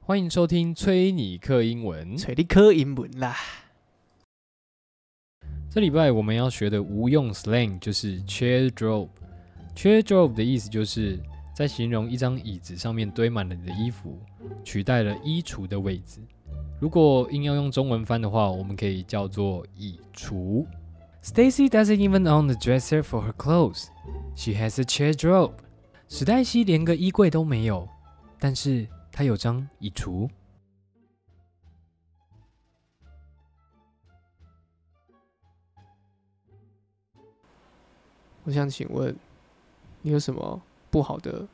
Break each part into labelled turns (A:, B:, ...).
A: 欢迎收听崔尼克英文。
B: 找你考英文啦。
A: 这礼拜我们要学的无用 slang 就是 chair drop。chair drop 的意思就是在形容一张椅子上面堆满了你的衣服，取代了衣橱的位置。如果硬要用中文翻的话，我们可以叫做椅橱。Stacy doesn't even own the dresser for her clothes. She has a chair drop. 史黛西连个衣柜都没有，但是她有张椅橱。
B: 我想请问，你有什么不好的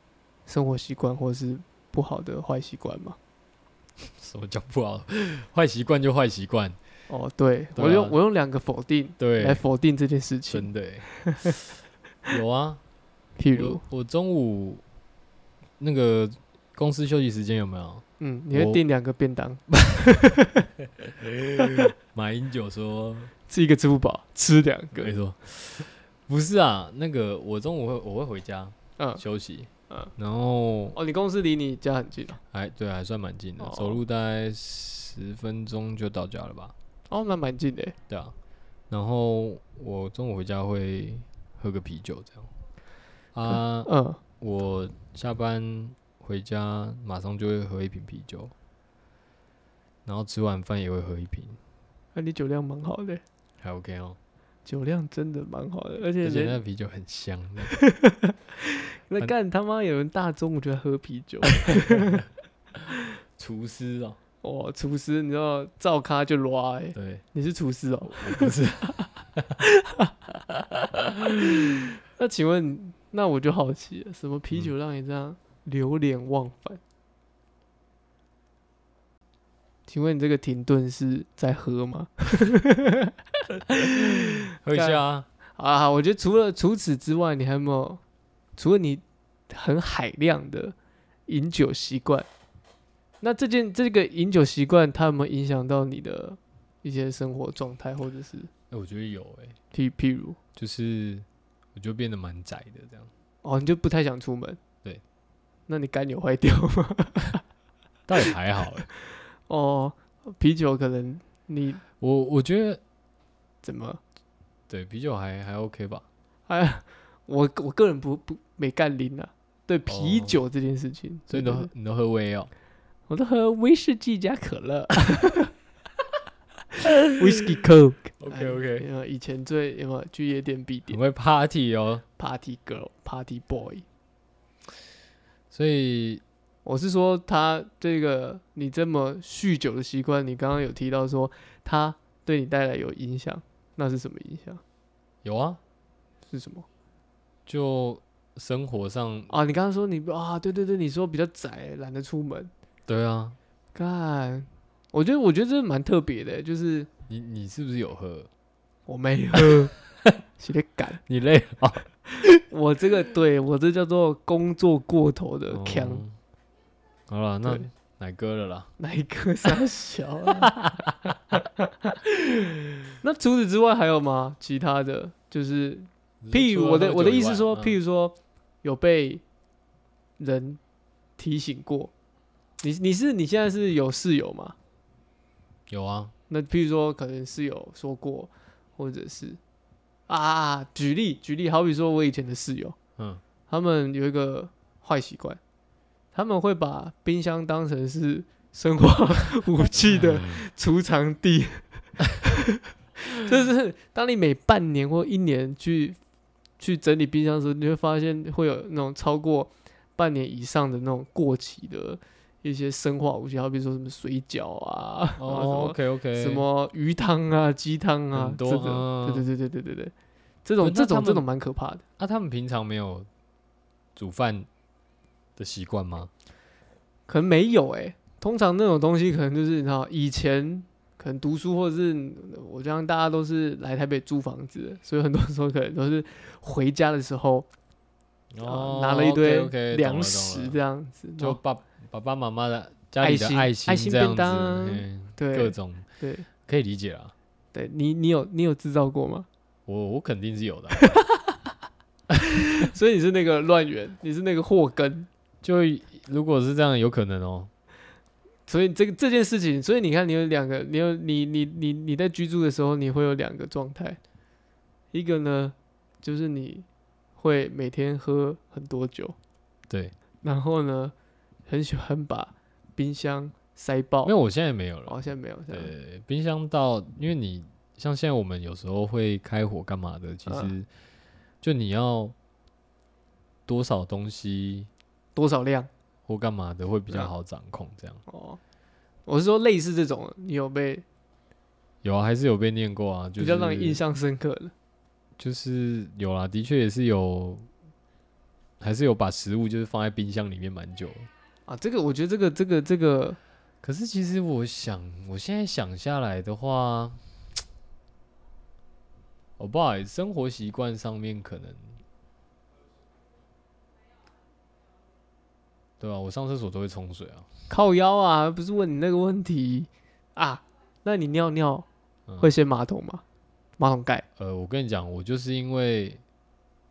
B: 生活习惯，或是不好的坏习惯吗？
A: 什么叫不好？坏习惯就坏习惯，
B: 哦，对
A: 对
B: 我
A: 啊
B: 用我用两个否定
A: 对，
B: 来否定这件事情，
A: 真 的欸有啊，
B: 譬如
A: 我，我中午那个公司休息时间有没有
B: 嗯，你会
A: 我
B: 订两个便当，
A: 马英九说？
B: 吃一个支付宝，吃两
A: 没
B: 个，
A: 错，不是啊，那个我中午会我会回家
B: 嗯，
A: 休息，
B: 嗯
A: 然后
B: 哦，你公司离你家很近哦，
A: 还对还算蛮近的，
B: 哦
A: 走路大概十分钟就到家了吧？
B: 哦，那蛮近的耶，
A: 对啊，然后我中午回家会喝个啤酒这样啊。
B: 嗯，
A: 我下班回家马上就会喝一瓶啤酒，然后吃完饭也会喝一瓶，
B: 那啊你酒量蛮好的耶，
A: 还 OK 哦。
B: 酒量真的蛮好的，而且
A: 而且
B: 人
A: 那啤酒很香，那 个
B: 那干他妈有人大中午就在喝啤 酒，
A: 厨师 哦，
B: 哦，厨师你知道照咖就拉哎，
A: 对，
B: 你是厨师哦。
A: 我不是
B: 那请问，那我就好奇了，什么啤酒让你这样流连忘返？请问你这个停顿是在喝吗？
A: 喝一
B: 干
A: 下啊，
B: 好啊，好我觉得除了除此之外，你还有没有？除了你很海量的饮酒习惯，那这件这个饮酒习惯，它有没有影响到你的一些生活状态，或者是
A: 哎我觉得有哎、
B: 譬譬如
A: 就是我就变得蛮宅的这样，
B: 哦，你就不太想出门？
A: 对，
B: 那你肝有坏掉吗？
A: 倒也还好 哎、
B: 哦，啤酒可能你
A: 我我觉得
B: 怎么？
A: 对啤酒还还 OK 吧，
B: 哎，我我个人不不没干零啊，对啤
A: 哦
B: 酒这件事情，
A: 所以你都
B: 对对
A: 喝
B: 对
A: 你都喝威哦，
B: 我都喝威士忌加可 乐，Whisky Coke。
A: OK，OK
B: 因为哎以前最因为去夜店必
A: 你
B: 点
A: 哎会 party 哦，
B: Party Girl、Party Boy。
A: 所以
B: 我是说他这个你这么酗酒的习惯，你刚刚有提到说他对你带来有影响，那是什么影响？
A: 有啊，
B: 是什么？
A: 就生活上
B: 啊，你刚刚说你啊，对对对，你说比较宅，懒得出门。
A: 对啊，
B: 干，我觉得我觉得这蛮特别的，欸就是
A: 你你是不是有喝？
B: 我没喝， 写的干，
A: 你累了 哦
B: 我这个对我这叫做工作过头的强，
A: 哦好了，那
B: 对
A: 奶哥了啦。
B: 哪一个傻小啊？ 那除此之外还有吗？其他的就是，譬如我的我的意思说，譬
A: 如
B: 如说有被人提醒过，你你是你现在是有室友吗？
A: 有啊，
B: 那譬如说，可能是有说过，或者是啊，举例举例，好比说我以前的室友，
A: 嗯，
B: 他们有一个坏习惯，他们会把冰箱当成是 生化 武器的
A: 嗯
B: 储藏地，就是当你每半年或一年去去整理冰箱的时候，你会发现会有那种超过半年以上的那种过期的一些生化武器，好比说什么水饺啊，然后 什么
A: 哦，OK OK，
B: 什么鱼汤啊、鸡汤啊
A: 很，
B: 这
A: 多
B: 种，对
A: 嗯
B: 对对对对对对，这种
A: 对那
B: 这
A: 他
B: 种
A: 们
B: 这种蛮可怕的。
A: 啊？他们平常没有煮饭的习惯吗？
B: 可能没有哎、通常那种东西可能就是你知道以前可能读书或者是呃我这样大家都是来台北租房子的，所以很多时候可能都是回家的时候、
A: 哦
B: 啊，拿了一堆
A: 哎 OK，OK，懂了
B: 粮食
A: 懂了
B: 这样子，哦
A: 就
B: 然后
A: 爸爸爸妈妈的家里的
B: 爱心
A: 心这
B: 爱
A: 样子，
B: 心便当
A: 嗯各
B: 对
A: 种
B: 对
A: 可以理解啊。
B: 对，你你有你有制造过吗？
A: 我我肯定是有的啊，
B: 所以你是那个乱源，你是那个祸根。
A: 就如果是这样，有可能哦。
B: 所以这个这件事情，所以你看，你有两个，你有你你你你在居住的时候，你会有两个状态，一个呢就是你会每天喝很多酒，
A: 对，
B: 然后呢很喜欢把冰箱塞爆，
A: 因为我现在没有了。
B: 哦，现在没有，现在没有
A: 对，呃冰箱到，因为你像现在我们有时候会开火干嘛的，其
B: 嗯
A: 实就你要多少东西
B: 多少量
A: 或干嘛的会比较
B: 嗯
A: 好掌控。这样
B: 哦。我是说类似这种，你有被
A: 有啊，还是有被念过啊，就
B: 比较让你印
A: 是
B: 象深刻的，
A: 就是有啦，的确也是有，还是有把食物就是放在冰箱里面蛮久的。
B: 啊，这个我觉得这个这个这个
A: 可是其实我想，我现在想下来的话，我不好意思，生活习惯上面可能，对啊，我上厕所都会冲水啊，
B: 靠腰啊，不是问你那个问题啊？那你尿尿
A: 嗯
B: 会掀马桶吗？马桶盖
A: 呃，我跟你讲，我就是因为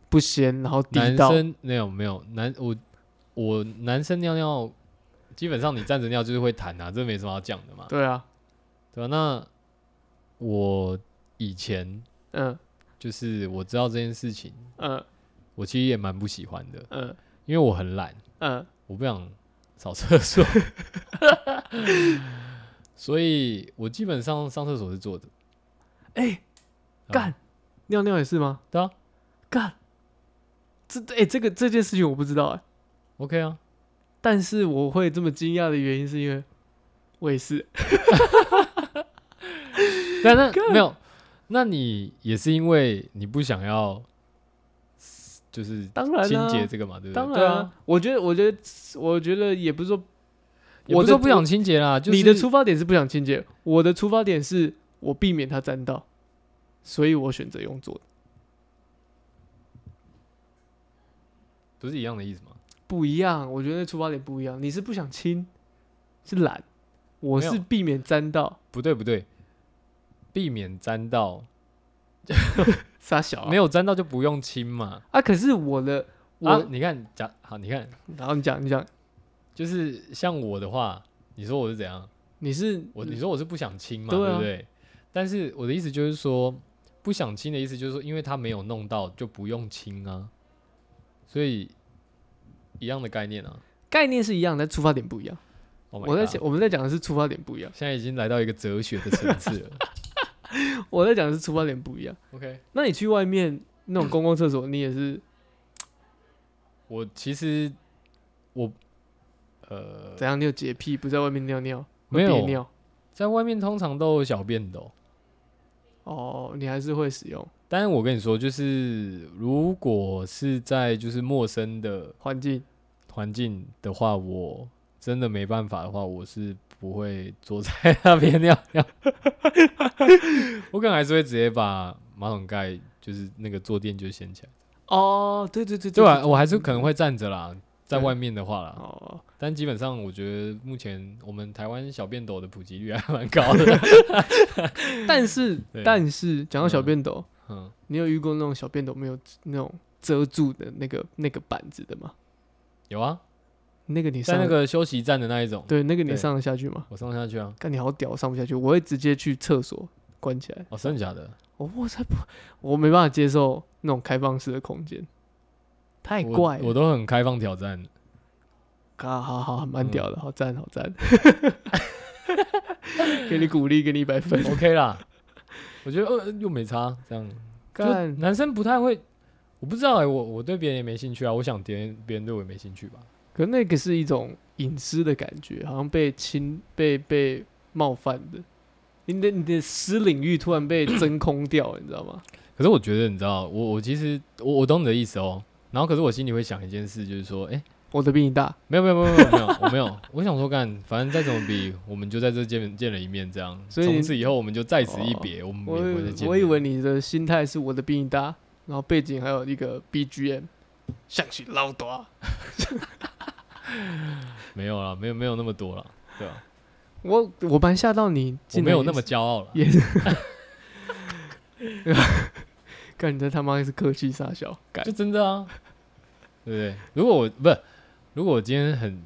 B: 不掀，然后
A: 男
B: 滴到
A: 生没有没有男我我男生尿尿，基本上你站着尿就是会弹啊，这没什么好讲的嘛，
B: 对啊，
A: 对吧、那我以前
B: 嗯
A: 就是我知道这件事情，
B: 嗯
A: 我其实也蛮不喜欢的。
B: 嗯
A: 因为我很懒，
B: 嗯，
A: 我不想扫厕所， 所以我基本上上厕所是坐着。
B: 哎
A: 啊
B: 干尿尿也是吗？
A: 对啊
B: 干，这哎、这个这件事情我不知道哎、
A: ，OK 啊，
B: 但是我会这么惊讶的原因是因为我也是，
A: 但那没有，那你也是因为你不想要，就是
B: 当然啦、
A: 清洁这个嘛，对不对？
B: 当
A: 对
B: 然、
A: 啊，
B: 我觉得我觉得我觉得也不是说
A: 也不
B: 我
A: 是
B: 的
A: 说不想清洁啦，就是
B: 你的出发点是不想清洁，我的出发点是我避免它沾到，所以我选择用做的，
A: 不是一样的意思吗？
B: 不一样。我觉得出发点不一样，你是不想清，是懒，我
A: 没有
B: 是避免沾到。
A: 不对不对，避免沾到，
B: 傻小、啊、
A: 没
B: 有
A: 有沾到就不用清嘛。
B: 啊？可是我的我，
A: 啊，你看，假好，你看，
B: 然后你讲你讲，
A: 就是像我的话，你说我是怎样？
B: 你是
A: 我你说我是不想亲嘛，
B: 嗯对啊
A: 不对？但是我的意思就是说，不想亲的意思就是说，因为他没有弄到，就不用亲啊。所以一样的概念啊。
B: 概念是一样，但出发点不一样。
A: Oh my
B: 我在
A: God
B: 讲我们在讲的是出发点不一样，
A: 现在已经来到一个哲学的层次 了。
B: 我在讲的是出发点不一样。
A: OK，
B: 那你去外面那种公共厕所，你也是
A: 我其实我呃
B: 怎样？你有洁癖，不在外面尿尿，
A: 没有
B: 憋尿
A: 在外面通常都有小便斗，
B: 哦，你还是会使用
A: 但是我跟你说，就是如果是在就是陌生的
B: 环境。
A: 环境的话，我真的没办法的话，我是不会坐在那边 尿尿。我可能还是会直接把马桶盖，就是那个坐垫就掀起来。
B: 哦，对对对
A: 对啊吧、
B: 对
A: 我还是可能会站着啦，在
B: 对
A: 外面的话啦。
B: 嗯哦，
A: 但基本上，我觉得目前我们台湾小便斗的普及率还蛮高的。
B: 但是
A: 对
B: 但是讲到小
A: 嗯
B: 便斗，
A: 嗯，
B: 你有遇过那种小便斗没有那种遮住的那个那个板子的吗？
A: 有啊，
B: 那个你
A: 在
B: 上
A: 那
B: 得
A: 个休息站的那一种，
B: 对那个你
A: 对
B: 上得下去吗？
A: 我上下去啊。
B: 看你好屌，上不下去，我会直接去厕所关起来。
A: 哦，真的假的？
B: 我我才不，我没办法接受那种开放式的空间，太
A: 我
B: 怪了。
A: 我都很开放挑 战。
B: 啊，好好，蛮
A: 嗯
B: 屌的，好赞好赞， 给你鼓励，给你一百分。
A: OK 啦，我觉得呃又没差，这样。就
B: 干
A: 男生不太会，我不知道哎、我我对别人也没兴趣啊，我想别人别人对我也没兴趣吧。
B: 可那个是一种隐私的感觉，好像被侵、被被冒犯的，你的你的私领域突然被真空掉，你知道吗？
A: 可是我觉得你知道，我我其实我我懂你的意思哦、然后可是我心里会想一件事，就是说，哎、
B: 我的比你大，
A: 没有没有没有没有没有， 我没有，我想说干，反正再怎么比，我们就在这见见了一面，这样，
B: 所以
A: 从此以后我们就在此一别，我们
B: 我
A: 也不会再
B: 以
A: 见
B: 我以
A: 面
B: 为你的心态是我的比你大，然后背景还有一个 BGM，像起老大，
A: 没有啦，没有没有那么多啦，对啊，
B: 我我蛮吓到你
A: 我
B: 竟然也是，
A: 没有那么骄傲了，
B: 也干，你这他妈是客气傻笑，干
A: 就真的啊，对不对？如果我不是，如果我今天很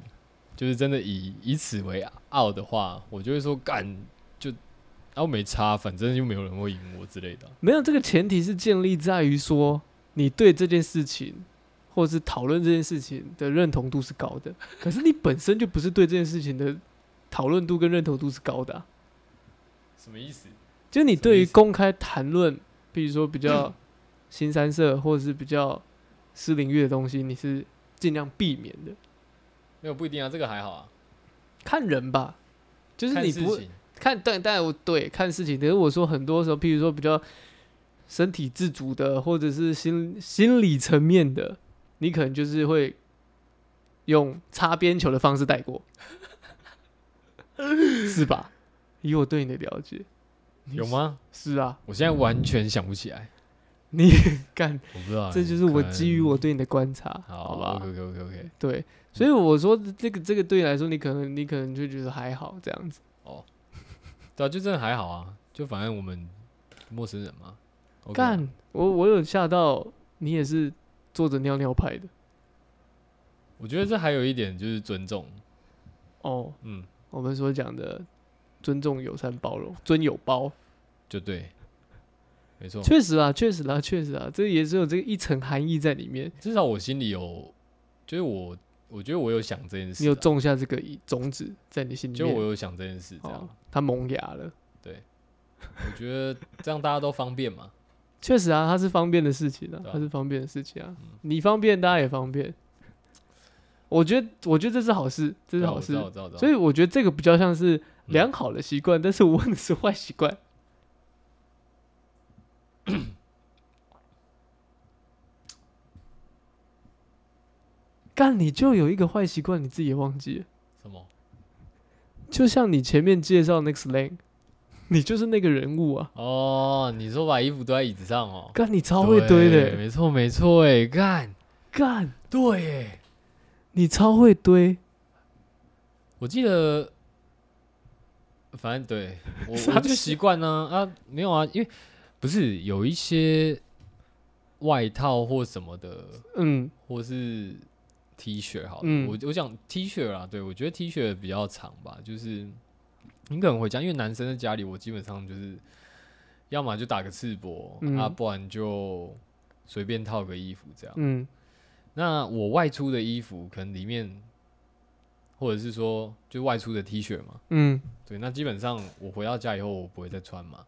A: 就是真的以以此为傲的话，我就会说干就，然后没差，反正又没有人会赢我之类的啊。
B: 没有这个前提是建立在于说你对这件事情，或者是讨论这件事情的认同度是高的，可是你本身就不是对这件事情的讨论度跟认同度是高的啊、
A: 什么意思？
B: 就你
A: 什么
B: 对
A: 意
B: 于
A: 思
B: 公开谈论，比如说比较
A: 嗯
B: 新三色或者是比较私领域的东西，你是尽量避免的。
A: 没有不一定啊，这个还好啊，
B: 看人吧，就是
A: 看
B: 你
A: 事
B: 不
A: 情。
B: 看，但但我对看事情，可是我说很多时候，譬如说比较身体自主的，或者是心心理层面的，你可能就是会用擦边球的方式带 过，是吧？以我对你的了解，你
A: 有吗？
B: 是啊，
A: 我现在完全想不起来，
B: 你 干，
A: 我不知道欸、
B: 这就是我基于我
A: 可
B: 对你的观察，
A: 能
B: 好
A: 好
B: 吧？
A: OK OK OK，
B: 对，所以我说这个这个对你来说，你可能你可能就觉得还好这样子。
A: 对啊，就真的还好啊，就反正我们陌生人嘛。o
B: 干，我我有吓到，你也是坐着尿尿派的
A: 我觉得这还有一点就是尊重，
B: 哦。
A: 嗯，
B: 我们所讲的尊重、友善、包容，尊友包，
A: 哦就对，没错，
B: 确实啊，确实啊，确实啊，这也是有这个一层含义在里面。
A: 至少我心里有，就是我，我觉得我有想这件事、啊，
B: 你有种下这个一种子在你心里
A: 就我
B: 面，
A: 有想这件事，这样、
B: 哦，它萌芽了。
A: 我觉得这样大家都方便嘛，
B: 确实啊，它是方便的事情啊
A: 对，啊嗯
B: 它是方便的事情啊。你方便，大家也方便。我觉得，我觉得这是好事，这 是
A: 对啊
B: 好
A: 我知
B: 事
A: 道，。我知道，我知道。
B: 所以我觉得这个比较像是
A: 嗯
B: 良好的习惯，但是我问的是坏 习惯。干，你就有一个坏习惯，你自己也忘记了。
A: 什么？
B: 就像你前面介绍那个 slang，你就是那个人物啊。
A: 哦，你说把衣服堆在椅子上哦，
B: 干，你超会堆的
A: 对
B: 欸，
A: 没错没错，哎，干，
B: 干，
A: 对，哎，
B: 你超会堆，
A: 我记得，反正对 我
B: 啥
A: 我就
B: 事
A: 习惯呢啊，没有啊，因为不是有一些外套或什么的，
B: 嗯，
A: 或是 T 恤好了，
B: 嗯
A: 我我讲 T 恤啊，对我觉得 T 恤比较长吧，就是你可能回家，因为男生在家里，我基本上就是要么就打个赤膊、啊，
B: 嗯
A: 不然就随便套个衣服这样。
B: 嗯，
A: 那我外出的衣服可能里面，或者是说就外出的 T 恤嘛，
B: 嗯，
A: 对，那基本上我回到家以后我不会再穿嘛。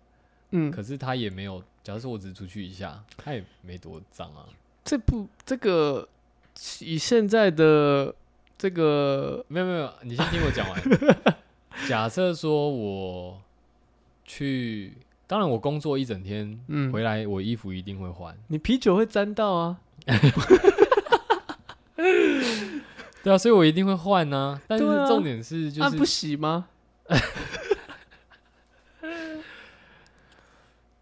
B: 嗯，
A: 可是它也没有，假如说我只是出去一下，它也没多脏啊。
B: 这部这个以现在的这个
A: 没有没有没有，你先听我讲完。 假设说我去，当然我工作一整天，
B: 嗯
A: 回来我衣服一定会换。
B: 你啤酒会沾到啊，
A: 对啊，所以我一定会换呢、但是
B: 对啊
A: 重点是就
B: 啊
A: 是
B: 不洗吗？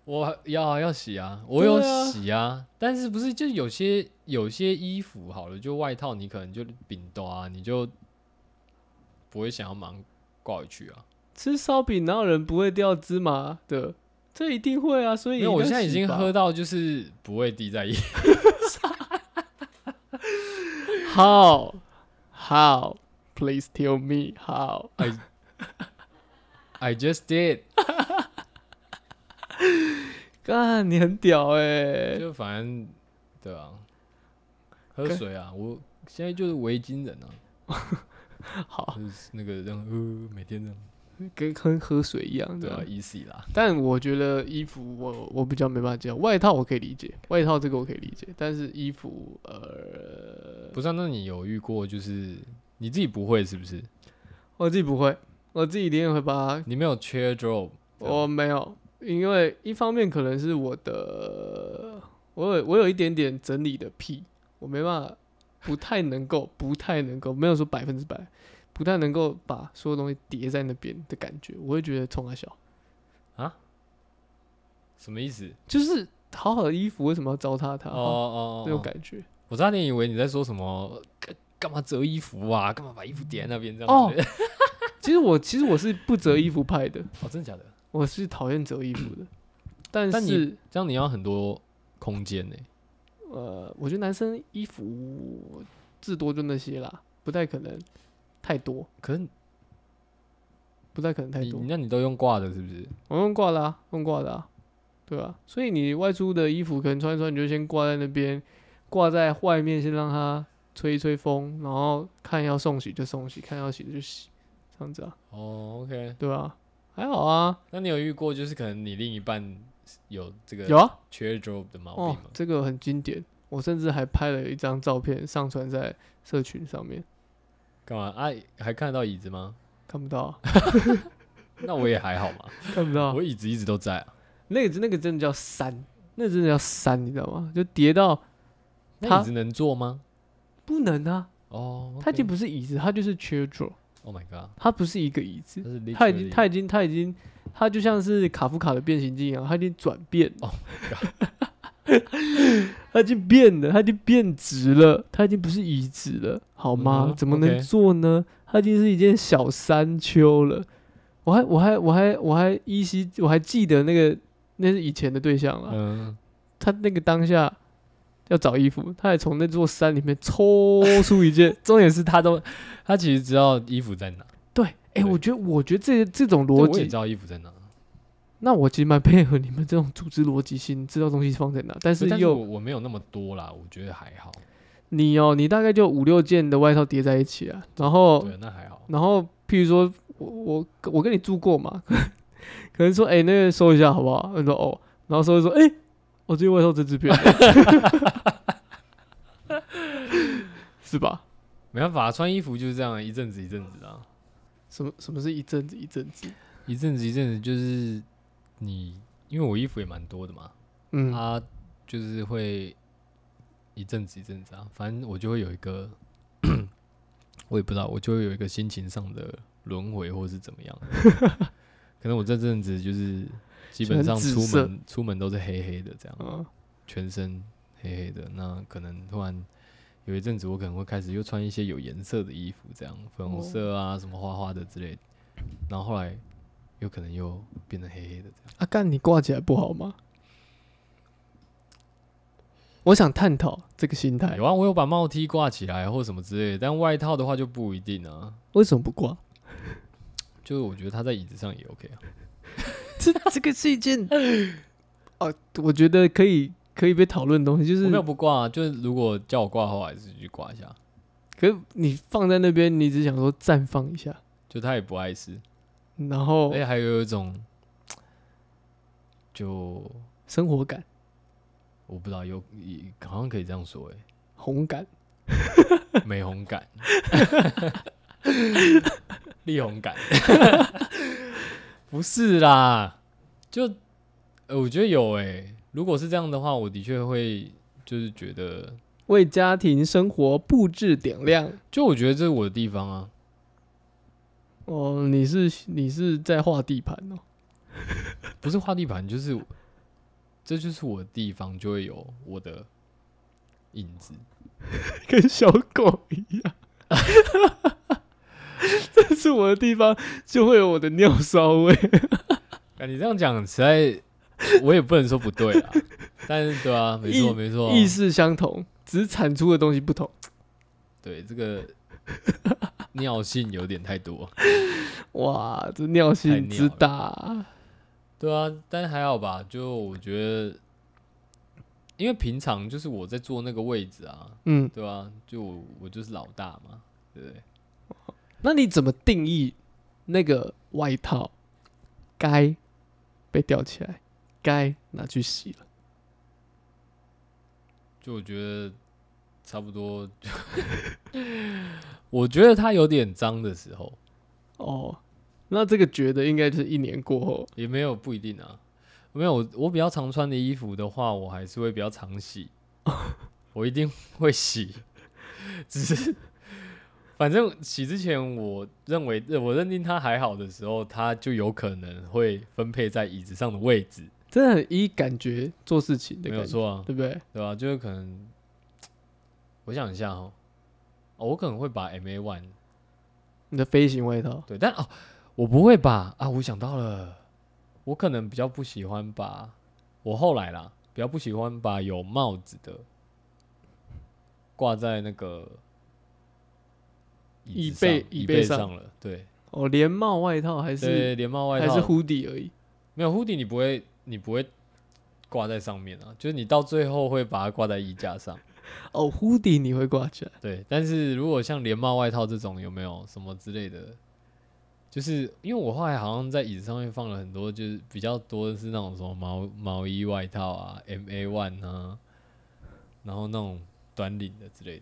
A: 我要要洗啊，我有
B: 对啊
A: 洗啊，但是不是就有些有些衣服好了，就外套你可能就饼多啊，你就不会想要马上挂回去啊。
B: 吃烧饼哪有人不会掉芝麻的？这一定会啊，所以
A: 因为我
B: 一
A: 现
B: 定要
A: 在已
B: 洗
A: 经
B: 吧
A: 喝到就是不会滴在衣，
B: how how please tell me how
A: I just did，
B: 干你很屌哎、
A: 就反正对啊，喝水啊，我现在就是维京人啊，
B: 好
A: 就是那个这样，呃，每天这样，
B: 跟跟喝水一样
A: 对
B: 对
A: 啊？
B: 吧
A: ，easy 啦，
B: 但我觉得衣服我我比较没办法接受，外套我可以理解，外套这个我可以理解，但是衣服呃
A: 不是啊、那你有遇过就是你自己不会是不是？
B: 我自己不会，我自己一定会把它。
A: 你没有缺 drop，这样
B: 我没有，因为一方面可能是我的，我有我有一点点整理的癖，我没办法，不太能够，不太能够，没有说百分之百，不太能够把所有东西叠在那边的感觉，我会觉得冲啊小，
A: 什么意思？
B: 就是好好的衣服为什么要糟蹋它？
A: 哦哦，
B: 那种
A: 哦
B: 感觉。
A: 我差点以为你在说什么，干干嘛折衣服啊？干嘛把衣服叠在那边这样
B: 哦
A: 子？
B: 其实我其实我是不折衣服派的，
A: 哦，真的假的？
B: 我是讨厌折衣服的，但
A: 但你
B: 是
A: 这样你要很多空间呢、
B: 呃，我觉得男生衣服至多就那些啦，不太可能太多，
A: 可是
B: 不太可能太
A: 你
B: 多。
A: 那你都用挂的，是不是？
B: 我用挂的啊，用挂的啊，对啊，所以你外出的衣服可能穿一穿，你就先挂在那边，挂在外面，先让它吹一吹风，然后看要送洗就送洗，看要洗就洗，这样子啊，
A: 哦，OK。
B: 对啊，还好啊，
A: 那你有遇过就是可能你另一半有这个
B: 有啊，
A: 缺 drop 的毛
B: 哦
A: 病吗，？
B: 这个很经典，我甚至还拍了一张照片上传在社群上面，
A: 干嘛啊？还看得到椅子 吗？
B: 看不到啊，
A: 那我也还好嘛，
B: 看不到啊
A: 我，椅子一直都在啊。
B: 那个那个真的叫山，那个真的叫山，你知道吗？就叠到
A: 那
B: 他
A: 椅子能坐吗？
B: 不能啊，
A: 哦，
B: 它已经不是椅子，它就是 chair drawer，
A: ，Oh my god，
B: 它不是一个椅子
A: 它。是
B: 他已经，
A: literally-
B: 他已经，他已经，他就像是卡夫卡的变形记一样，他已经转变了。
A: Oh
B: 他已经变了，他已经变直了，他已经不是椅子了，好吗？
A: 嗯哼
B: 怎么
A: OK
B: 能坐呢？他已经是一件小山丘了。我还，我还，我还，我还依稀，我还记得那个，那是以前的对象了。
A: 嗯，。
B: 他那个当下要找衣服，他还从那座山里面抽出一件
A: 重点是他都，他其实知道衣服在哪，
B: 对，哎、
A: 对
B: 我觉得，我觉得这这种
A: 对
B: 逻
A: 我也
B: 辑
A: 知道衣服在哪，
B: 那我其实蛮配合你们这种组织逻辑性，知道东西放在哪，但是
A: 对但是我
B: 又
A: 我没有那么多啦，我觉得还好，
B: 你哦，你大概就五六件的外套叠在一起啊，然后
A: 对，那还好，
B: 然后譬如说我我我跟你住过嘛， 可能说哎、那个收一下好不好？你说哦，然后收一收，哎、我这件外套在这 边，是吧？
A: 没办法，穿衣服就是这样，一阵子一阵子的啊，
B: 什么什么是一阵子一阵子？
A: 一阵子一阵子就是你，因为我衣服也蛮多的嘛，
B: 嗯，
A: 啊，就是会一阵子一阵子啊，反正我就会有一个， 我也不知道，我就会有一个心情上的轮回，或是怎么样。 可能我这阵子就是基本
B: 喜
A: 上
B: 欢紫
A: 出
B: 色
A: 门出门都是黑黑的这样，
B: 嗯
A: 全身黑黑的。那可能突然有一阵子，我可能会开始又穿一些有颜色的衣服，这样粉红
B: 哦
A: 色啊，什么花花的之类的。然后后来有可能又变得黑黑的这样。
B: 啊，干你挂起来不好吗？我想探讨这个心态
A: 有，啊，我有把帽 T 挂起来啊或什么之类的，但外套的话就不一定啊。
B: 为什么不挂？
A: 就是我觉得他在椅子上也 OK 啊。
B: 这这个是一 件，啊，我觉得可以可以被讨论的东西，就
A: 我
B: 是
A: 没有，不挂、啊，就是如果叫我挂的话，我还是去挂一下。
B: 可是你放在那边，你只想说绽放一下，
A: 就他也不碍事，
B: 然后
A: 而且还有一种，就
B: 生活感、
A: 我不知道有也好像可以这样说、欸，
B: 红感，
A: 美红 感，丽红感，不是啦，就、呃我觉得有哎、如果是这样的话，我的确会就是觉得，
B: 为家庭生活布置点亮。
A: 就我觉得这是我的地方啊。
B: 哦，你是你是在画地盘哦，
A: 不是画地盘，就是这就是我的地方，就会有我的影子。
B: 跟小狗一 样。这是我的地方，就会有我的尿骚味。
A: 啊，你这样讲实在，我也不能说不对啊，但是对啊，没错
B: 意
A: 没错，
B: 意识相同，只是产出的东西不同。
A: 对这个尿性有点太多，
B: 哇，这尿
A: 太
B: 性
A: 尿
B: 之
A: 了
B: 大啊，
A: 对啊，但还好吧，就我觉得，因为平常就是我在坐那个位置啊，
B: 嗯，
A: 对啊，就我我就是老大嘛，对不对？
B: 那你怎么定义那个外套该被吊起来，该拿去洗了？
A: 就我觉得差不多， 就我觉得它有点脏的时候，
B: 哦，那这个觉得应该就是一年过后，
A: 也没有不一定啊。没有，我我比较常穿的衣服的话，我还是会比较常 洗，我一定会洗。 只是，反正洗之前，我认为呃我认定它还好的时候，它就有可能会分配在椅子上的位置，
B: 真的很依感觉做事情的
A: 没
B: 感
A: 有
B: 觉，
A: 错啊，
B: 对不对？
A: 对吧、就是可能，我想一下哦，哦，我可能会把 M A one
B: 你的飞行外套，
A: 对，但哦，我不会吧？啊，我想到了，我可能比较不喜欢把，我后来啦，比较不喜欢把有帽子的挂在那个椅
B: 椅
A: 子
B: 背
A: 上
B: 椅
A: 椅
B: 背
A: 背
B: 上
A: 了，对，
B: 哦，连帽、外套还是
A: 对，连帽外
B: 还
A: 套
B: 是 hoodie 而已。
A: 没有 hoodie，你不会你不会挂在上面啊，就是你到最后会把它挂在衣架上。
B: 哦，hoodie 你会挂起来，
A: 对，但是如果像连帽外套这种，有没有什么之类的？就是因为我后来好像在椅子上面放了很多，就是比较多的是那种什么毛毛衣外套啊，M A one 啊，然后那种短领的之类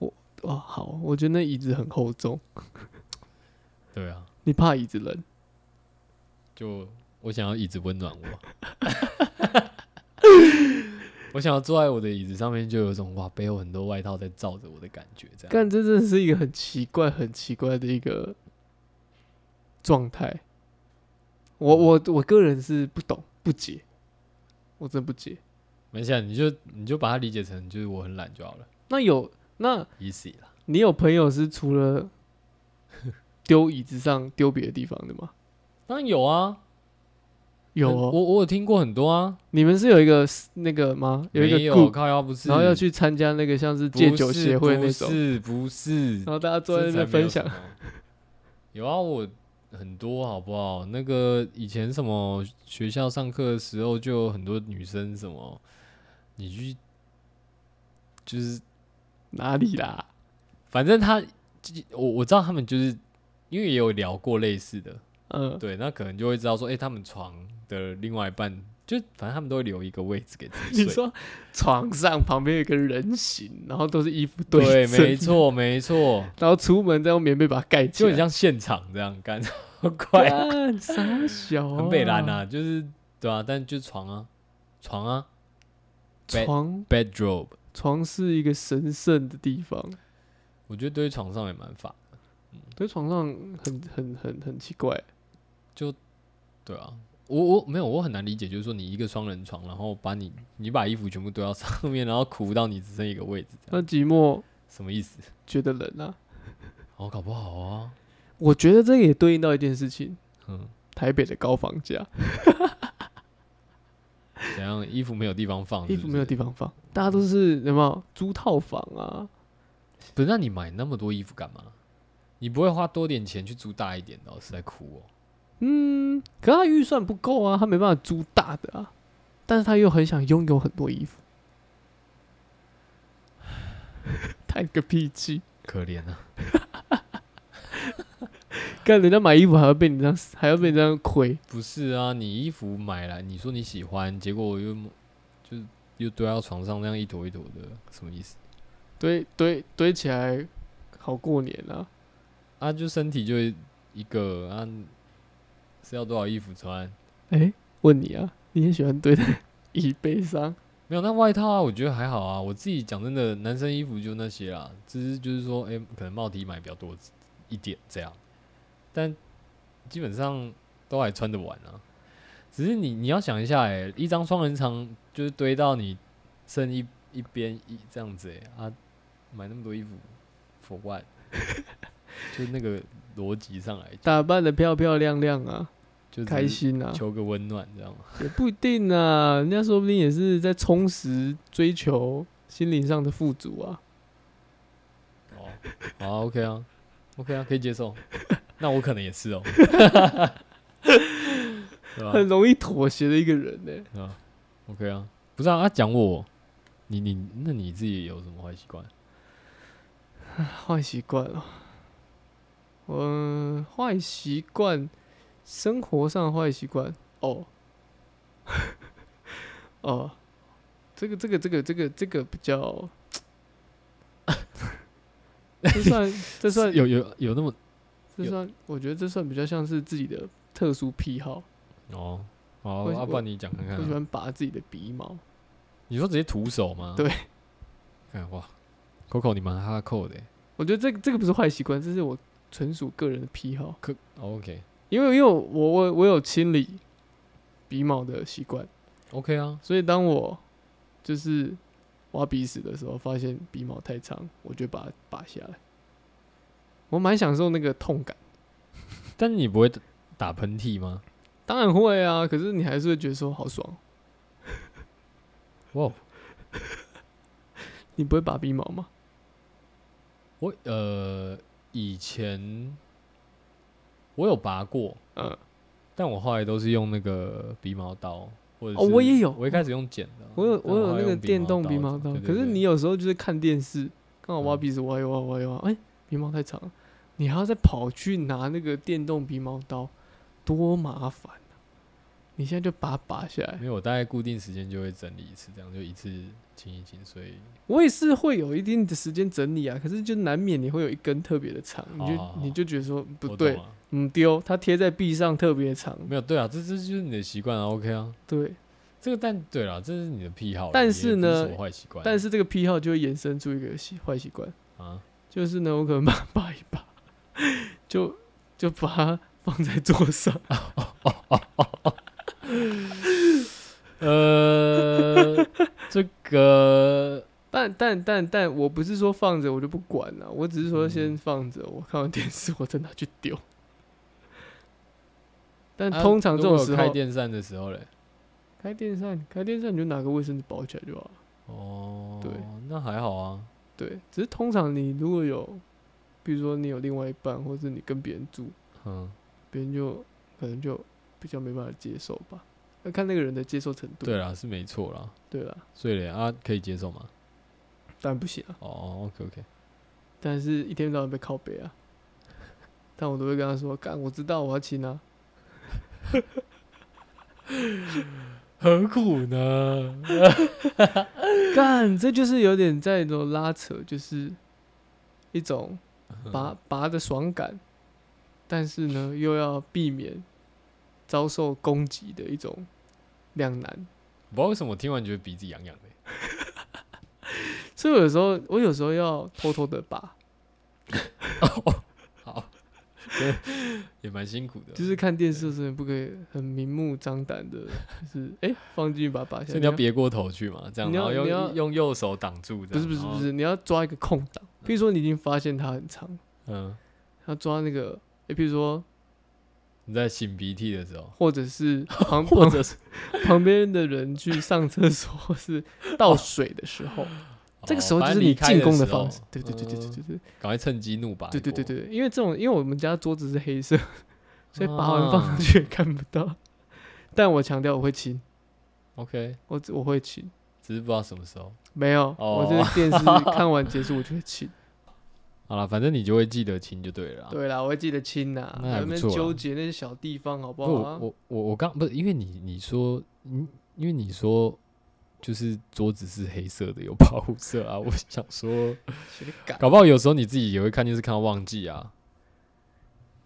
A: 的。
B: 哦，好，我觉得那椅子很厚重，
A: 对啊，
B: 你怕椅子冷？
A: 就我想要椅子温暖我， 我想要坐在我的椅子上面，就有一种哇，背后很多外套在罩着我的感觉，这样。
B: 但这真的是一个很奇怪、很奇怪的一个状态。我我我个人是不懂、不解，我真不解。
A: 没事啊，你就你就把它理解成就是我很懒就好了
B: 那有那
A: ，easy 啦。
B: 你有朋友是除了丢椅子上丢别的地方的吗？
A: 当然有啊，
B: 有
A: 很
B: 哦，
A: 我我有听过很多啊，
B: 你们是有一个 s- 那个吗？有一个
A: 没
B: group，
A: 靠腰不是，
B: 然后要去参加那个像是
A: 不
B: 戒酒
A: 是
B: 协会
A: 不
B: 那种，
A: 是不是
B: 然，后大家坐在那
A: 这才嗯没
B: 边
A: 有
B: 分享
A: 什。么。有啊，我很多好不好？那个以前什么学校上课的时候，就有很多女生什么，你去就是
B: 哪里啦？
A: 反正她，我我知道他们就是因为也有聊过类似的，
B: 嗯，
A: 对，那可能就会知道说，哎、他们床的另外一半，就反正他们都会留一个位置给自己
B: 你
A: 睡。
B: 说床上旁边有一个人形，然后都是衣服
A: 对，
B: 正
A: 没，错，没错。
B: 然后出门再用棉被把它盖起
A: 就
B: 来，
A: 很像现场这样干， 好快、啊，
B: 干傻小、啊，
A: 很北蓝啊，就是对啊，但就是床啊，床啊
B: 床
A: ，bedrobe，
B: 床是一个神圣的地方，
A: 我觉得堆床上也蛮烦，
B: 所以床上很很很很奇怪。
A: 对啊，我我没有，我很难理解，就是说你一个双人床，然后把你你把衣服全部堆到上面，然 后苦到你只剩一个位置，这
B: 那
A: 样
B: 寂寞
A: 什么意思？
B: 觉得冷啊，
A: 哦，搞不好啊，
B: 我觉得这个也对应到一件事情，
A: 嗯，
B: 台北的高房价，
A: 怎样衣服没有地方放
B: 衣服没有地
A: 方，
B: 方放，大家都是有没有租套房啊？
A: 不是？那你买那么多衣服干嘛？你不会花多点钱去租大一点的哦、是在哭哦。
B: 嗯，可他预算不够啊，他没办法租大的啊，但是他又很想拥有很多衣服， 叹个屁气！
A: 可怜啊！
B: 看人家买衣服还要被你这样，还要被你这样亏，
A: 不是啊，你衣服买来，你说你喜欢，结果我又就又堆到床上那样一坨一坨的，什么意思？
B: 堆堆堆起来好过年啊！
A: 啊，就身体就一个啊，是要多少衣服穿？
B: 哎、问你啊，你也喜欢堆在椅背上？
A: 没有，那外套啊，我觉得还好啊。我自己讲真的，男生衣服就那些啦，只是就是说，哎、可能帽 T 买比较多一点这样，但基本上都还穿得完啊。只是你你要想一下、哎，一张双人床就是堆到你剩一一边一这样子、哎啊，买那么多衣服，for what？就那个逻辑上来，
B: 打扮的漂漂亮亮啊，
A: 就只
B: 开
A: 是
B: 心啊，
A: 求个温暖，这样吗？
B: 也不一定啊，人家说不定也是在充实追求心灵上的富足啊。
A: 哦，好、啊、，OK 啊，OK 啊，可以接受。那我可能也是 哦，对吧、
B: 很容易妥协的一个人呢、
A: 对吧？OK 啊，不是啊，啊讲我，你你那你自己有什么坏习惯？
B: 坏习惯了，我坏习惯，生活上的坏习惯哦， 哦，这个这个这个这个这个 比较，这算这算
A: 有有有那么
B: 这
A: 有
B: 算，我觉得这算比较像是自己的特殊癖好。
A: 哦，好
B: 我
A: 啊，
B: 我
A: 啊不然你讲看看
B: 我喜
A: 啊、
B: 欢拔自己的鼻毛，
A: 你说直接徒手吗？
B: 对，
A: 看哇，Coco 你蛮哈扣的欸
B: 我觉得这个这个不是坏习惯，这是我纯属个人的癖好。
A: 可、哦、OK
B: 因为因为我我我有清理鼻毛的习惯，
A: OK 啊，
B: 所以当我就是挖鼻屎的时候，发现鼻毛太长，我就把它拔下来。我蛮享受那个痛感，
A: 但是你不会打打喷嚏吗？
B: 当然会啊，可是你还是会觉得说好爽。
A: 哇，
B: 你不会拔鼻毛吗？
A: 我呃以前我有拔过，
B: 嗯，
A: 但我后来都是用那个鼻毛刀，或者
B: 哦
A: 是
B: 我也有
A: 我一开始用剪的啊，
B: 我有
A: 但
B: 我有
A: 后来
B: 那个
A: 用
B: 电动鼻
A: 刀
B: 毛刀，
A: 对对
B: 可是
A: 对
B: 你有时候就是看电视，刚好挖
A: 嗯
B: 鼻子挖一挖挖一挖，哎、鼻毛太长了，你还要再跑去拿那个电动鼻毛刀，多麻烦、啊、你现在就把它拔下来。
A: 没有，我大概固定时间就会整理一次，这样就一次清一清，所以
B: 我也是会有一定的时间整理啊，可是就难免你会有一根特别的长，你就
A: 哦
B: 你就觉得说不
A: 我懂
B: 对，
A: 啊
B: 嗯丢，它贴在壁上特别长，
A: 没有对啊，这这就是你的习惯啊，OK 啊，
B: 对。
A: 这个但对啦，这是你的癖好啦，
B: 但
A: 也
B: 是
A: 不
B: 呢
A: 什么坏习惯，
B: 但是这个癖好就会衍生出一个习坏习惯，
A: 啊，
B: 就是呢，我可能把它 拔一拔，就就把它放在桌上。
A: 呃，这个
B: 但但但但我不是说放着我就不管了、我只是说先放着，我看完电视我再拿去 丢。但
A: 啊
B: 通常
A: 如
B: 这种
A: 果有
B: 时候，
A: 开电扇的时候嘞，
B: 开电扇，开电扇你就拿个卫生纸包起来就好了。
A: 哦，
B: 对，
A: 那还好啊，
B: 对，只是通常你如果有，比如说你有另外一半，或是你跟别人住，
A: 嗯，
B: 别人就可能就比较没办法接受吧。要看那个人的接受程度。
A: 对啦，是没错啦，
B: 对啦，
A: 所以嘞啊，可以接受吗？
B: 当然不行啊。
A: 哦，OK OK，
B: 但是一天到晚被靠背啊。但我都会跟他说：“干，我知道我要亲啊。
A: 何苦呢？”
B: 干，这就是有点在那种拉扯，就是一种拔拔的爽感，但是呢，又要避免遭受攻击的一种两难。
A: 我不知道为什么我听完觉得鼻子痒痒的欸、
B: 所以我有时候，我有时候要偷偷的拔，
A: 好，对，也蛮辛苦的。
B: 就是看电视的时候也不可以很明目张胆的，就是哎、放进去把它拔下
A: 所
B: 来。
A: 以你要别过头去嘛，这样，
B: 你
A: 然
B: 要
A: 后
B: 你要
A: 用用右手挡住这
B: 不
A: 样。哦
B: 是不是
A: 然
B: 不
A: 后，
B: 是，你要抓一个空档。比如说你已经发现它很长，
A: 嗯，
B: 要抓那个，哎、比如说
A: 你在擤鼻涕的时候，
B: 或者是旁
A: 或者是
B: 旁边的人去上厕所或是倒水的时候，这个时候
A: 哦
B: 就
A: 反
B: 是
A: 正
B: 你
A: 离开
B: 进攻
A: 的
B: 的
A: 时候
B: 方式。对对对对对
A: 嗯
B: 对对
A: 赶快趁机怒拔。
B: 对对对，对，因为这种因为我们家桌子是黑色，所以拔完放上
A: 啊
B: 去也看不到。但我强调我会亲，
A: ，OK，
B: 我只我会亲，
A: 只是不知道什么时候。
B: 没有，我
A: 哦
B: 就是电视 看完结束我就会亲。
A: 好了，反正你就会记得清就对了啦。
B: 对啦，我会记得亲呐，
A: 那还
B: 在那
A: 不
B: 边
A: 错啦啊
B: 纠结那些小地方好不
A: 不，
B: 好啊？
A: 我我我刚不是因为你你说，嗯，因为你说就是桌子是黑色的，有保护色啊。我想说，
B: 谁敢？
A: 搞不好有时候你自己也会看电视看到忘记啊。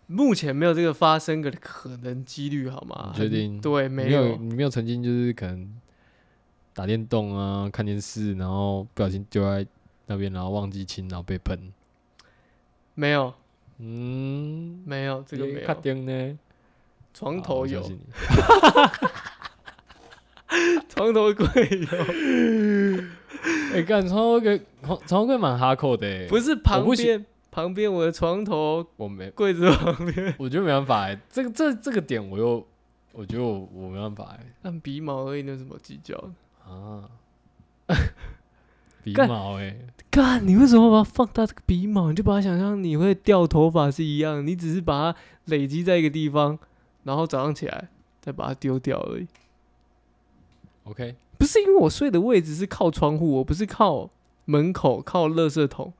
B: 目前没有这个发生的可能几率好吗？
A: 你确定
B: 对，
A: 你
B: 没
A: 有
B: 有。
A: 你没有曾经就是可能打电动啊、看电视，然后不小心丢在那边，然后忘记清，然后被喷。
B: 没有，
A: 嗯，
B: 没有，这个没
A: 卡
B: 有。
A: 丁呢？
B: 床
A: 好
B: 头
A: 哦我相
B: 有，
A: 信你
B: 床头柜有，
A: 哎，干床头柜，床床头柜蛮哈扣的欸。
B: 不是旁
A: 不
B: 边，旁边我的床头
A: 我没，
B: 柜子旁边，
A: 我觉得没办法哎，这个这这个点我又，我觉得我我没办法哎
B: 按鼻毛而已，那有什么计较的？
A: 啊，鼻
B: 干
A: 毛哎，
B: 干，你为什么把它放大这个鼻毛？你就把它想象你会掉头发是一样，你只是把它累积在一个地方，然后早上起来再把它丢掉而已。
A: OK，
B: 不是因为我睡的位置是靠窗户，我不是靠门口、靠垃圾桶。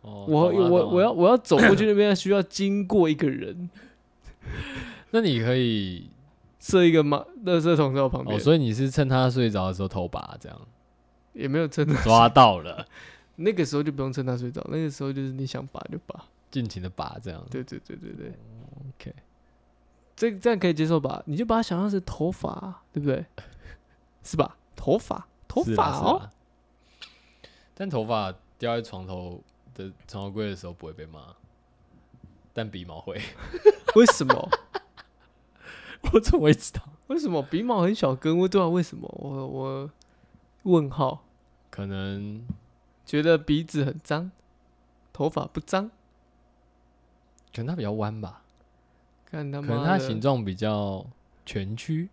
A: 哦，
B: 我
A: 懂啊
B: 我
A: 懂啊
B: 我要我要走过去那边，需要经过一个人，
A: 那你可以
B: 设一个马垃圾桶在我旁边，
A: 哦，所以你是趁他睡着的时候偷拔这样。
B: 也没有撑到。
A: 抓到了，
B: 那个时候就不用趁他睡着，那个时候就是你想拔就拔。
A: 尽情的拔这样。
B: 对对对对对
A: OK
B: 这这样可以接受吧？你就把它想象是头发，对不对？是吧？头发，头
A: 是啊
B: 发
A: 啦
B: 哦，。
A: 是啦但头发掉在床头的床头柜的时候不会被骂，但鼻毛 会。
B: 为什么？
A: 我怎么会知道？
B: 为什么鼻毛很小根？我对啊，为什么？我我问号，
A: 可能
B: 觉得鼻子很脏，头发不脏，
A: 可能它比较弯吧，
B: 看他
A: 可
B: 妈
A: 能它
B: 的
A: 形状比较蜷曲，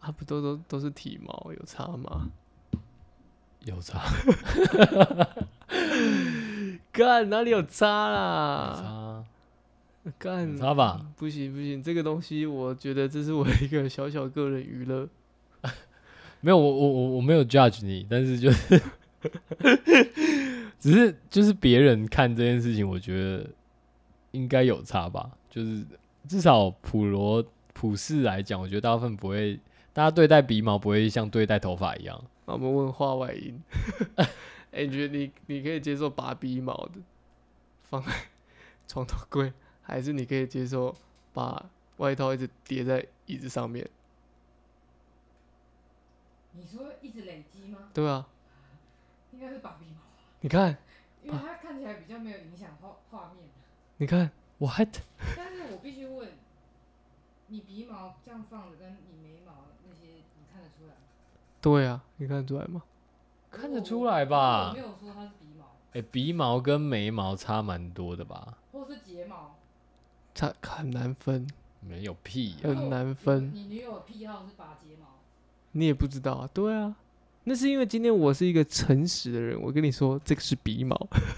B: 啊，不都都都是体毛，有差吗？
A: 有差。
B: 干哪里有渣
A: 有
B: 啦？
A: 差有
B: 干
A: 差吧？
B: 不行不行，这个东西我觉得这是我一个小小个人娱乐。
A: 没有，我我我我没有 judge 你，但是就是只是就是别人看这件事情，我觉得应该有差吧。就是至少普罗普世来讲，我觉得大部分不会，大家对待鼻毛不会像对待头发一样。
B: 那我们问话外音， 哎、你觉得你你可以接受拔鼻毛的放在 床头柜，还是你可以接受把外套一直叠在椅子上面？
C: 你说一直累积吗？
B: 对啊，
C: 应该是芭比毛，
B: 你看
C: 因为它看起来比较没有影响画画面。
B: 你看，
A: 我还
C: 但是我必须问，你鼻毛这样放着，跟你眉毛那些，你看得出来吗？
B: 对啊，你看得出来吗？
A: 看得出来吧
C: 我没有说它是鼻毛，
A: 哎、鼻毛跟眉毛差蛮多的吧？
C: 或是睫毛，
B: 差很难分，
A: 没有屁、啊呀，
B: 很难分。
C: 你女友癖好是拔睫毛，
B: 你也不知道啊，对啊，那是因为今天我是一个诚实的人，我跟你说这个是鼻毛，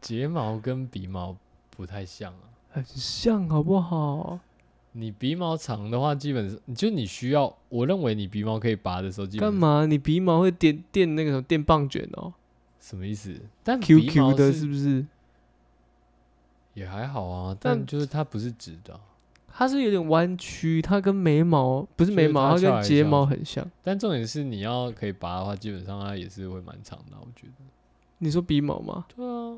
A: 睫毛跟鼻毛不太像啊。
B: 很像好不好？
A: 你鼻毛长的话，基本上就你需要，我认为你鼻毛可以拔的时候，基本上
B: 干嘛？你鼻毛会电电那个什么电棒卷哦
A: 什么意思？但鼻毛
B: ？QQ 的
A: 是
B: 是不是？
A: 也还好啊，
B: 但
A: 但就是它不是直的啊、
B: 它是有点弯曲，它跟眉毛不是
A: 就
B: 眉
A: 是
B: 毛，
A: 它
B: 它
A: 翘
B: 跟
A: 来
B: 睫
A: 翘
B: 毛
A: 去
B: 很像。
A: 但重点是你要可以拔的话，基本上它也是会蛮长的啊、我觉得。
B: 你说鼻毛吗？
A: 对啊，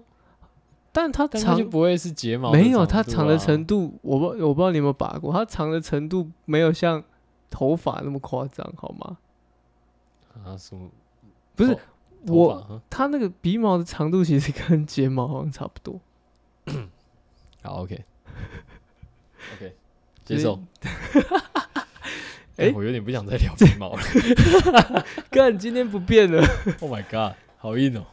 B: 但它
A: 但它
B: 长
A: 就不会是睫毛、
B: 没有它长的
A: 程
B: 程度，啊我不我不知道你有没有拔过，它长的程度没有像头发那么夸张，好吗？
A: 啊什么？
B: 不是
A: 头头发
B: 我，
A: 啊
B: 它那个鼻毛的长度其实跟睫毛好像差不多。
A: 好 OK OK 接受。
B: 诶
A: 哎，我有点不想再聊鼻毛了。
B: 干，今天不变了。
A: oh my god，好硬哦、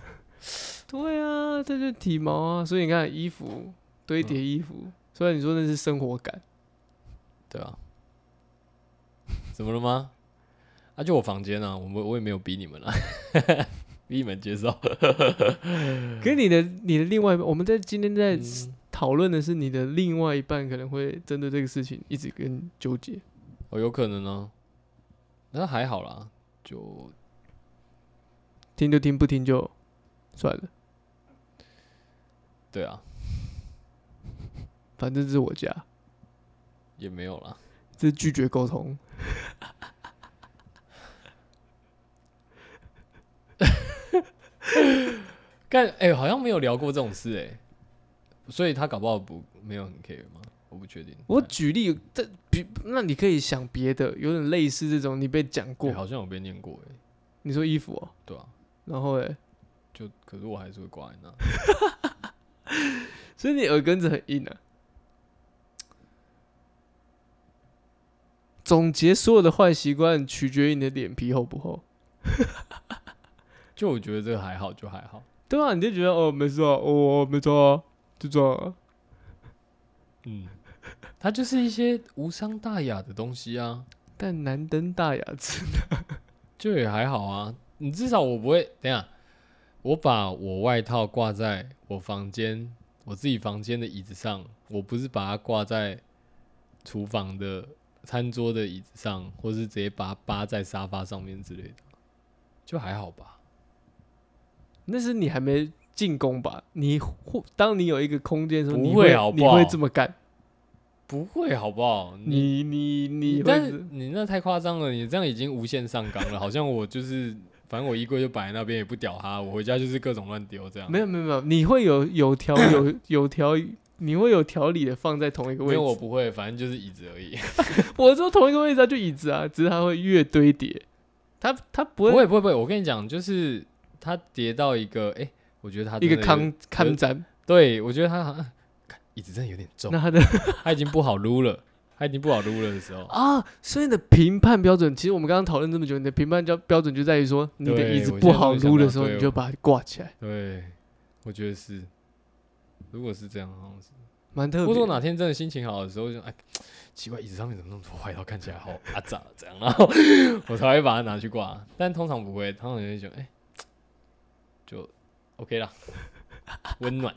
B: 对啊，这就是体毛啊，所以你看衣服堆叠衣服，虽然你说那是生活感，
A: 对啊， 怎么了吗？啊，就我房间啊，我们我也没有逼你们啊， 逼你们接受。
B: 可是你的你的另外一半，我们在今天在
A: 嗯
B: 讨论的是你的另外一半可能会针对这个事情一直跟你纠结。
A: 哦，有可能呢、那还好啦，就
B: 听就听，不听就算了，
A: 对啊，
B: 反正这是我家，
A: 也没有啦。
B: 这是拒绝沟通。
A: 干哎、好像没有聊过这种事哎、所以他搞不好不没有很 care 吗？我不确定。哎
B: 我举例，这比那你可以想别的，有点类似这种你被讲
A: 哎
B: 过
A: 哎，好像有被念过哎、
B: 你说衣服哦、
A: 对啊，
B: 然后诶，
A: 就可是我还是会挂在那。
B: 所以你耳根子很硬啊。总结所有的坏习惯，取决于你的脸皮厚不厚。
A: 就我觉得这个还好，就还好。
B: 对啊，你就觉得哦没事啊，哦没错啊，就这样啊。
A: 嗯，它就是一些无伤大雅的东西啊。
B: 但难登大雅之
A: 就也还好啊，你至少我不会等一下，我把我外套挂在我房间我自己房间的椅子上，我不是把它挂在厨房的餐桌的椅子上，或是直接把它扒在沙发上面之类的，就还好吧。
B: 那是你还没进攻吧？你或当你有一个空间的时候，
A: 不
B: 你
A: 会
B: 会
A: 好不
B: 你
A: 好
B: 会这么干？
A: 不会好不好？你
B: 你你你会
A: 但
B: 这
A: 是你那太夸张了，你这样已经无限上纲了，好像我就是反正我衣柜就摆在那边，也不屌它，我回家就是各种乱丢这样。
B: 没有没有没有，你会有有条有有条，你会有条理的放在同一个
A: 没
B: 位
A: 有我
B: 置。
A: 不会，反正就是椅子而已。
B: 我说同一个位置啊，就椅子啊，只是它会越堆叠，它它不
A: 不
B: 会
A: 会啊不会不会，我跟你讲，就是他跌到一个，哎、我觉得他
B: 一个
A: 康，
B: 康康展，
A: 对我觉得他好像干椅子真的有点重
B: 那，它的，
A: 他已经不好撸了，他已经不好撸了的时候
B: 啊，所以你的评判标准，其实我们刚刚讨论这么久，你的评判标标准就在于说，你的
A: 对
B: 椅子
A: 我
B: 不
A: 现在
B: 好
A: 突然想
B: 撸的
A: 到
B: 时候，
A: 对
B: 你就
A: 我
B: 把它挂起来，
A: 对，我觉得是，如果是这样，好像是。
B: 蛮特
A: 或
B: 别
A: 者我
B: 的。
A: 哪天真的心情好的时候就，哎，奇怪，椅子上面怎么那么多外套，看起 来好阿杂这样，然后我才会把它拿 去挂，但通常不会，通常就会觉得，哎、就 OK 啦，温暖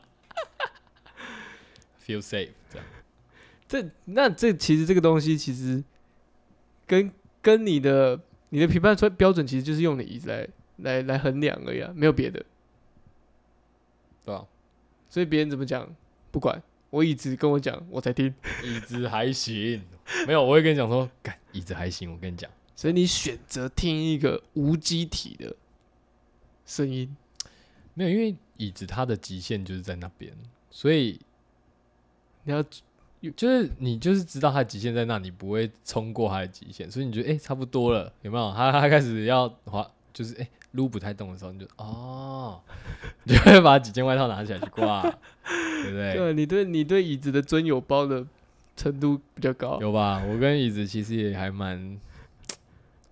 A: ，feel safe 这样。
B: 这那这其实这个东西其实跟跟你的你的评判标标准其实就是用你椅子来来来衡量而已啊，没有别的。
A: 对吧？
B: 所以别人怎么讲不管，我椅子跟我讲我才听。
A: 椅子还行，没有，我会跟你讲说，干椅子还行。我跟你讲，
B: 所以你选择听一个无机体的声音，
A: 没有，因为椅子它的极限就是在那边，所以
B: 你要
A: 就是你就是知道它的极限在那，你不会冲过它的极限，所以你觉得哎、诶差不多了，有没有？它它开始要滑，就是哎撸、不太动的时候，你就哦， 你就会把几件外套拿起来去挂，对不对？
B: 对呃你对你对椅子的尊有包的程度比较高。
A: 有吧？我跟椅子其实也还蛮，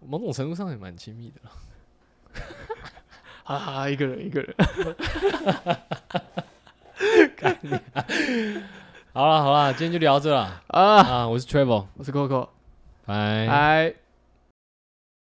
A: 某种程度上也蛮亲密的。
B: 哈哈，一个人一个人，
A: 好了好了，今天就聊这了
B: 啊！
A: 啊！我是 Travel，
B: 我是 Coco，
A: 拜。
B: 嗨。